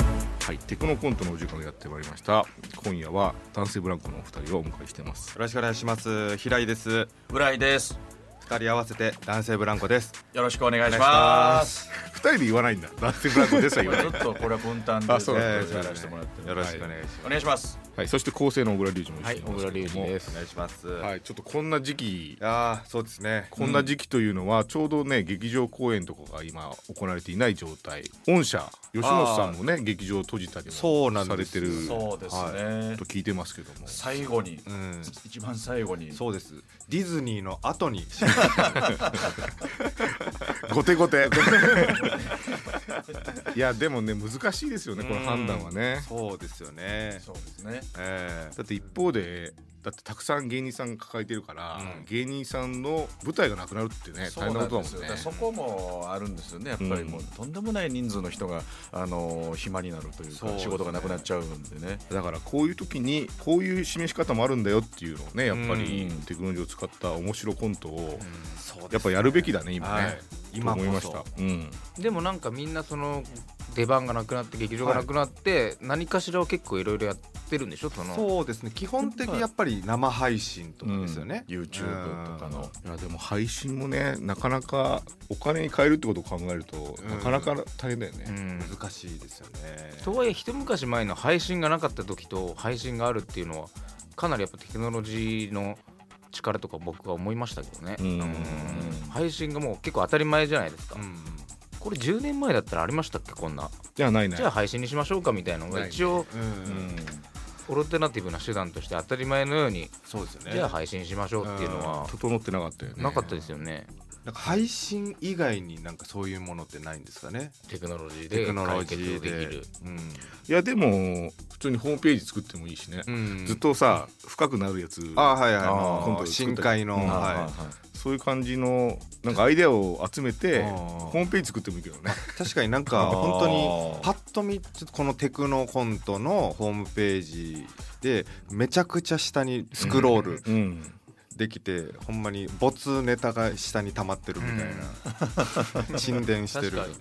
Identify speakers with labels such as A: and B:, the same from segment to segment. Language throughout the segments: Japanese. A: はい、テクノコントのお時間がやってまいりました今夜は男性ブランコのお二人をお迎えしています
B: よろしくお願いします平井です
C: 浦井です
B: 二人合わせて男性ブランコです
C: よろしくお願いします
A: 二人で言わないんだ男性ブランコですは
C: ち
A: 言わない
C: ょっとこれは分担で
A: あそうなん
C: や
A: だ
C: らせてもらって
B: よ
C: る
B: ろしくお願いします、
C: お願いします
A: はい、そして構成の小倉隆二も一緒にいますけども、
B: お願いします、
A: はい、ちょっとこんな時期
B: ああそうですね
A: こんな時期というのはちょうどね劇場公演とかが今行われていない状態御社吉本さんもね劇場を閉じたり
B: そ
A: も
B: うな
A: さ
B: ん
A: れ
B: で
A: て
B: す
A: る
C: そうですね
A: と聞いてますけども
C: 最後に
B: うん
C: 一番最後に
B: そうですディズニーの後に
A: 後手後 手いやでもね難しいですよねこの判断はね
B: そうですよね
C: そうですね
B: ええ
A: だって一方でだってたくさん芸人さん抱えてるから、
B: うん
A: 芸人さんの舞台がなくなるってね
C: そ
A: 大変
C: う
A: な
C: な
A: こ
C: ん
A: とだも
C: です
A: んね
C: よだからそこもあるんですよねやっぱりもうとんでもない人数の人があのー暇になるという
B: そう
C: か
B: ですね
C: 仕事がなくなっちゃうんでね
A: だからこういう時にこういう示し方もあるんだよっていうのをねやっぱり
C: うん
A: テクノロジーを使った面白コントを
B: そう
A: や
B: で
A: っ
B: す
A: ぱやるべきだね今ね、
B: はい
A: と
B: 今こ
A: 思いまし
B: そ
A: た、うん、
D: でもなんかみんなその出番がなくなって劇場がなくなって、何かしらを結構いろいろやってるんでしょその
B: そうですね基本的にやっぱり生配信とかですよね、
C: YouTube とかの
A: いやでも配信もねなかなかお金に変えるってことを考えると、
B: うん
A: なかなか大変だよ
D: う
A: ね、
D: ん
B: 難しいですよね
D: とはいえ一昔前の配信がなかった時と配信があるっていうのはかなりやっぱテクノロジーの力とか僕は思いましたけどね、
A: うん
D: 配信がもう結構当たり前じゃないですか、
B: うん
D: これ10年前だったらありましたっけこんな、
A: じゃあないない
D: じゃあ配信にしましょうかみたいなのが一応
B: うん、
A: うん
D: オルテナティブな手段として当たり前のように
B: そうですよね
D: じゃあ配信しましょうっていうのは
A: 整ってなかったよね
D: なかったですよね
B: なんか配信以外になんかそういうものってないんですかね
D: テクノロジー
B: テ
D: で
B: クノロ
D: 解
B: ジ
D: 決
B: ー
D: で
B: で
D: きる
B: うん
A: いやでも普通にホームページ作ってもいいしね、
B: うん
A: ずっとさ深くなるやつ
B: あはいはいあ
A: あー今度
B: の深海の、
A: うん
B: は
A: そういう感じのなんかアイデアを集めて
B: あー
A: ホームページ作ってもいいけ どね
B: い、確かになんか
C: あー
B: 本当にパッと見ちょっとこのテクノコントのホームページでめちゃくちゃ下にスクロール
A: うん
B: できて、ほんまに没ネタが下に溜まってるみ たいな、沈殿して
D: 確
B: る
D: かにね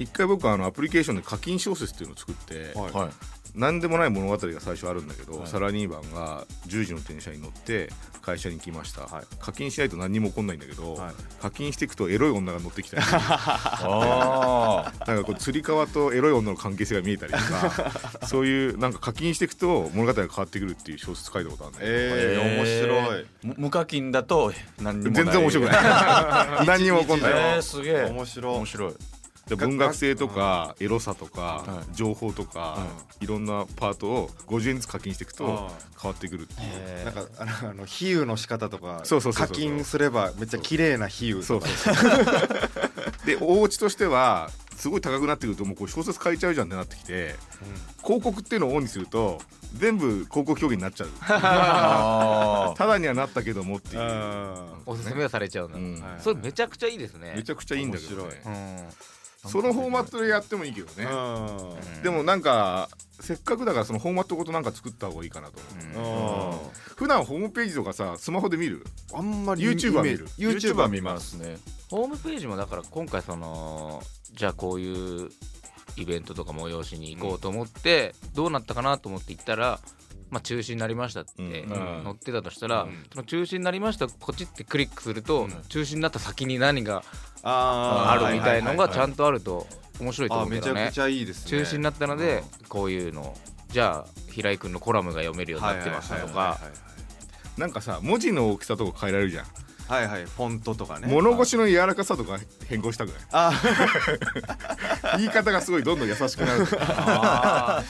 A: 一回僕あのアプリケーションで課金小説っていうのを作って、
B: はい
C: はい
A: 何でもない物語が最初あるんだけど、
C: はい
A: サラリーマンが10時の電車に乗って会社に来ました、
B: はい
A: 課金しないと何にも起こんないんだけど、
B: はい
A: 課金していくとエロい女が乗ってき たり
C: あ ー
A: なんかこう釣り革とエロい女の関係性が見えたりと かそういうなんか課金していくと物語が変わってくるっていう小説書いたことあるんだけど
B: えー、面白い
C: む無課金だと何にも
A: 全然面 白くない何にも起こんない
C: えーすげえ
B: 面白い
C: 面白い
A: で文学性とかエロさとか
C: は
A: 情報とかいろんなパートを50円ずつ課金していくと変わってくるっていう
B: なんかあのあの比喩の仕方とか
A: そうそうそうそう
B: 課金すればめっちゃ綺麗な比喩
A: そ
B: と
A: う
B: か
A: そうそうでお家としてはすごい高くなってくるともうこれ小説書いちゃうじゃんってなってきて広告っていうのをオンにすると全部広告表現になっちゃう
C: あ
A: ただにはなったけどもっていうう、
B: ん
D: おすすめはされちゃうな、
A: うん
B: はい
D: それめちゃくちゃいいですね
A: めちゃくちゃいいんだけど、
B: 面
A: ね
B: 白い、
D: うん
A: そのフォーマットでやってもいいけどね、
B: うん
A: でもなんかせっかくだからそのフォーマットごとなんか作った方がいいかなと思う、
D: うん
B: あ
A: 普段ホームページとかさスマホで見る
B: んまり
A: YouTube は見る
B: YouTube は見ます
C: すね
D: ホームページもだから今回そのじゃあこういうイベントとか催しに行こうと思って、どうなったかなと思って行ったら、まあ、中止になりましたって
A: うん
D: 載ってたとしたら、
B: うん
D: その中止になりましたポチってクリックすると、
C: うん
D: 中止になった先に何があ
B: あー
D: るみたいのがちゃ
B: と
D: んとあると面白いと思うけ
B: めち
D: ど
B: ゃ
D: ね
B: くちゃいいですね
D: 中止になったので、こういうのじゃあ平井君のコラムが読めるようになってましたとか
A: なんかさ文字の大きさとか変えられるじゃん、
B: はいはいフォントとかね
A: 物腰の柔らかさとか変更 したくない
B: あ
A: 言い方がすごいどんどん優しくなる
B: あ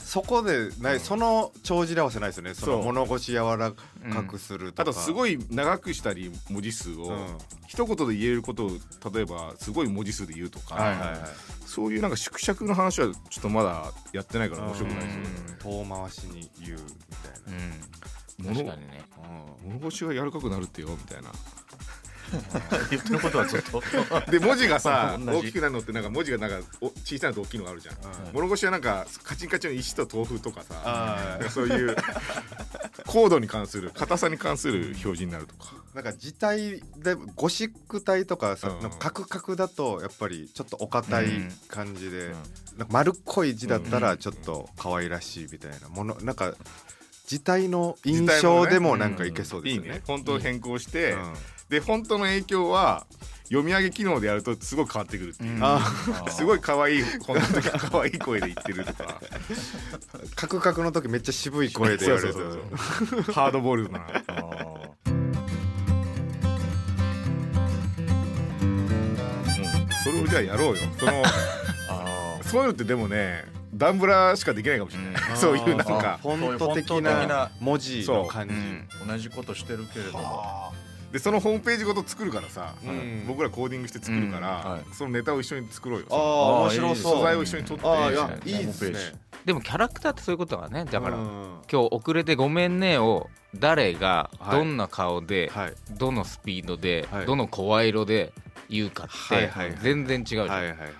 B: そこでないその帳尻合わせないですよねそ
A: そ
B: の
A: う
B: 物腰柔らかくするとか
A: あとす
B: い
A: ごい長くしたり文字数を、
B: うん
A: 一言で言えることを例えばすごい文字数で言うとか、
B: はいはいはい
A: そういうなんか縮尺の話はちょっとまだやってないから面白くないですよね、
B: 遠回しに言うみたいな
D: うん、確かにね
A: 物腰が柔らかくなるってよみたいな
C: 言ってることはちょっと
A: で文字が さ
C: 同
A: 大
C: じ
A: きくなるのってなんか文字がなんかお小さいのと大きいのがあるじゃん、
B: うん
A: 物腰はなんかカチンカチンの石と豆腐とかさ
B: あ
A: なんかそういう高度に関する硬さに関する表示になるとか
B: なんか字体でゴシック体とかさ、
A: うん
B: なんかカクカクだとやっぱりちょっとお堅い感じで、
C: うん
B: なんか丸っこい字だった
A: う
B: ら
A: ん
B: ちょっと可愛らしいみたいなものなんか字体の印象でもなんかいけそうで
A: いい
B: すよね
A: ね。本当変更して、
B: うん
A: で本当の影響は読み上げ機能でやるとすごい変わってくるっていう、
C: うん
B: あ
A: すごい可愛い本当に可愛い声で言ってるとか
B: カクカクの時めっちゃ渋い 声で言われる
A: そうそうそうそうハードボールな
C: あー
A: それをじゃあやろうよその
C: あ
A: そういうのってでもねダンブラしかできないかもしれない、 そういうなんか
B: フォント的
C: フォント的
B: な
C: な
B: 文字の感じ、
D: うん
C: ー同じことしてるけれども
A: でそのホームページごと作るからさ、
B: うん
A: 僕らコーディングして作るから、
C: うんはい
A: そのネタを一緒に作ろうよ
B: ああ
C: あ
B: 面白そう
A: 素材を一緒に撮って
B: ああ
A: いい
B: い
A: じゃ
B: や
A: ない
B: いいですね
D: でもキャラクターってそういうことだからねだから、
B: うん
D: 今日遅れてごめんねを誰が
B: はい
D: どんな顔で、
B: はい
D: どのスピードで、
B: はい
D: どの声色で言うかって、
B: はいはいはい
D: 全然違うじゃん、
B: はいはいはい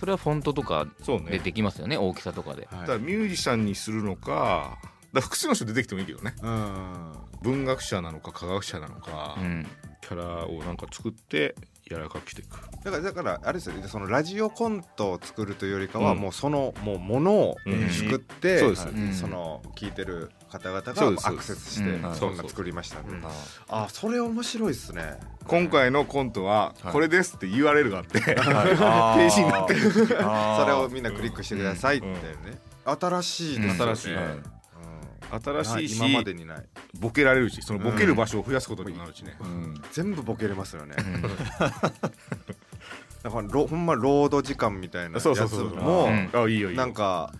D: それはフォントとか
A: そう
D: で
A: ね
D: できますよね大きさとかで、
A: だ
B: はい
A: からミュージシャンにするのかだから複数の人出てきてもいいけどね
B: うん
A: 文学者なのか科学者なのか、
D: うん、
A: キャラをなんか作って柔らかくしていく
B: だからだからあれですよねそのラジオコントを作るというよりかは、
A: うん
B: もうそのもうものを
A: うん
B: 作って、
A: そうです
D: うん
B: その聞いてる方々
A: そ
B: が
A: うです
B: アクセスして、
D: うん
B: そんな作りました、ね
A: うん
B: ああそれ面白いですね
A: 今回のコントは
C: はい
A: これですって URL があって、
C: ペ
A: ージになって
C: るそれ
B: それをみんなクリックしてくださいってね、新しいですよね、
A: 新しいね 新しいし
B: 今までにない
A: ボケられるしそのボケる場所を増やすことにもなるしね、
B: 全部ボケれますよね だからロほんまロード時間みたいなやつ
A: そうそうそう
B: も
D: うん
A: あいいよいいよ
B: なんか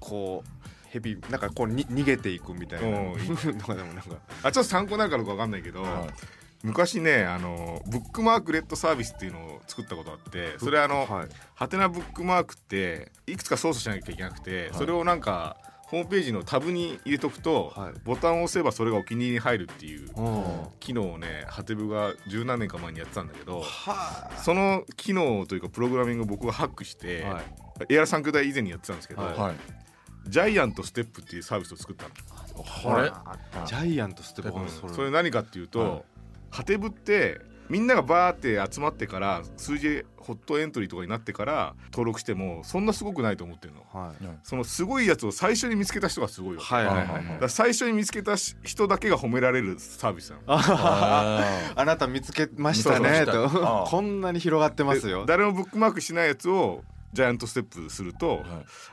B: こうヘビなんかこうに逃げていくみたいな
A: うん いい
B: のがでもなんか
A: あちょっと参考になるかどうかわかんないけど、昔ねあのブックマークレッドサービスっていうのを作ったことあってそれあの
B: はい
A: ハテナブックマークっていくつか操作しなきゃいけなくて、それをなんかホームページのタブに入れとくと、
B: はい
A: ボタンを押せばそれがお気に入りに入るっていう
B: うん
A: 機能をねハテブが十何年か前にやってたんだけど
B: は
A: その機能というかプログラミングを僕がハックして、
B: いはい
A: エアラ三兄弟以前にやってたんですけど、
B: はい
C: はい
A: ジャイアントステップっていうサービスを作ったの、
C: あれ
B: ジャイアントステップ
C: うん
A: それ
B: れ
A: 何かっていうと、
C: はい
A: ハテブってみんながバーって集まってから数字ホットエントリーとかになってから登録してもそんなすごくないと思ってるの
B: はい
A: そのすごいやつを最初に見つけた人がすごいよ、
B: はいはいは
C: はいい
A: だから最初に見つけたし人だけが褒められるサービスなの
C: あ
B: あなた見つけましたね
C: そうそう
B: と
C: そうああ
B: こんなに広がってますよ
A: で誰もブックマークしないやつをジャイアントステップすると、
C: はい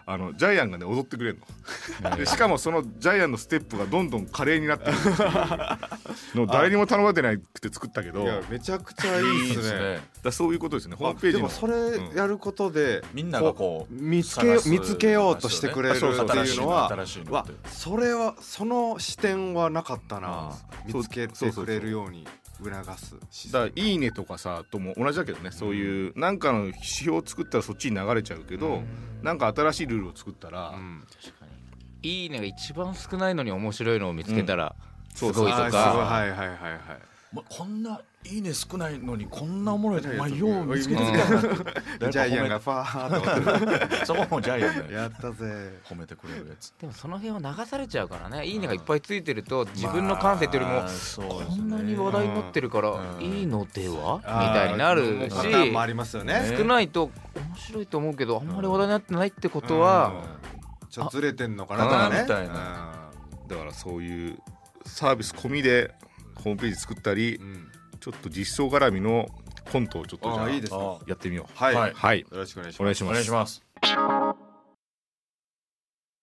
A: あのジャイアンがね踊ってくれるのでしかもそのジャイアンのステップがどんどん華麗になってるっていうのを誰にも頼まれてなくて作ったけど
B: い
A: だ
B: や
A: か
B: めちゃくちゃい
C: ー
B: い
C: い
B: で
C: いですす
B: ね
C: ね
A: らそういうことですねホー
B: あ
A: ムペー
B: で
A: ジの
B: もそれやることで
C: みんながこう
B: 見つけよ
C: 探す
B: 見つけようとしてくれるっていう
C: 新しい
B: のは
C: 新しいの
B: わ
C: って
B: それはその視点はなかったな
C: あ
A: ー
B: 見つ
A: そう
B: けて
A: そうそうそう
B: くれるように促すシステ
A: だ
B: ム
A: からいいねとかさとも同じだけどねそういうなんかの指標を作ったらそっちに流れちゃうけど、なんか新しいルールを作ったら、
B: うん
D: 確かにいいねが一番少ないのに面白いのを見つけたら、す
A: そうそう
D: ごいと
B: あーすごい
D: か
B: はいはいはいはい
C: まこんないいね少ないのにこんなおもろいのまあよう見つけて
D: うん
C: きたなって
B: ジャイアンが
C: 誰
B: ファーッ
C: か褒め そこもジャイアン
B: と
C: が
B: やったぜ
C: 褒めてくれるやつ
D: でもその辺は流されちゃうからねいいねがいっぱいついてると自分の感性というよりも、
C: まあそうですね
D: こんなに話題になってるから
C: うん
D: いいのではみ
B: あー
D: たいになる
B: パターンもあ
D: し
B: りますよね
C: ね
D: 少ないと面白いと思うけどあんまり話題になってないってことは
B: ちょっとずれてんのかなとかね
C: あみたい
A: だからそういうサービス込みでホームページ作ったり、
B: うんうん
A: ちょっと実装絡みのコントをちょっとじゃ
B: あ
A: あ
B: いいですか
C: あ
A: やってみよう
B: はい
C: は
B: よ
C: い
A: はい
B: ろしくお願いし
A: お
B: ま
A: 願い
B: す
A: し
C: お
A: ま
C: 願い
A: す
C: します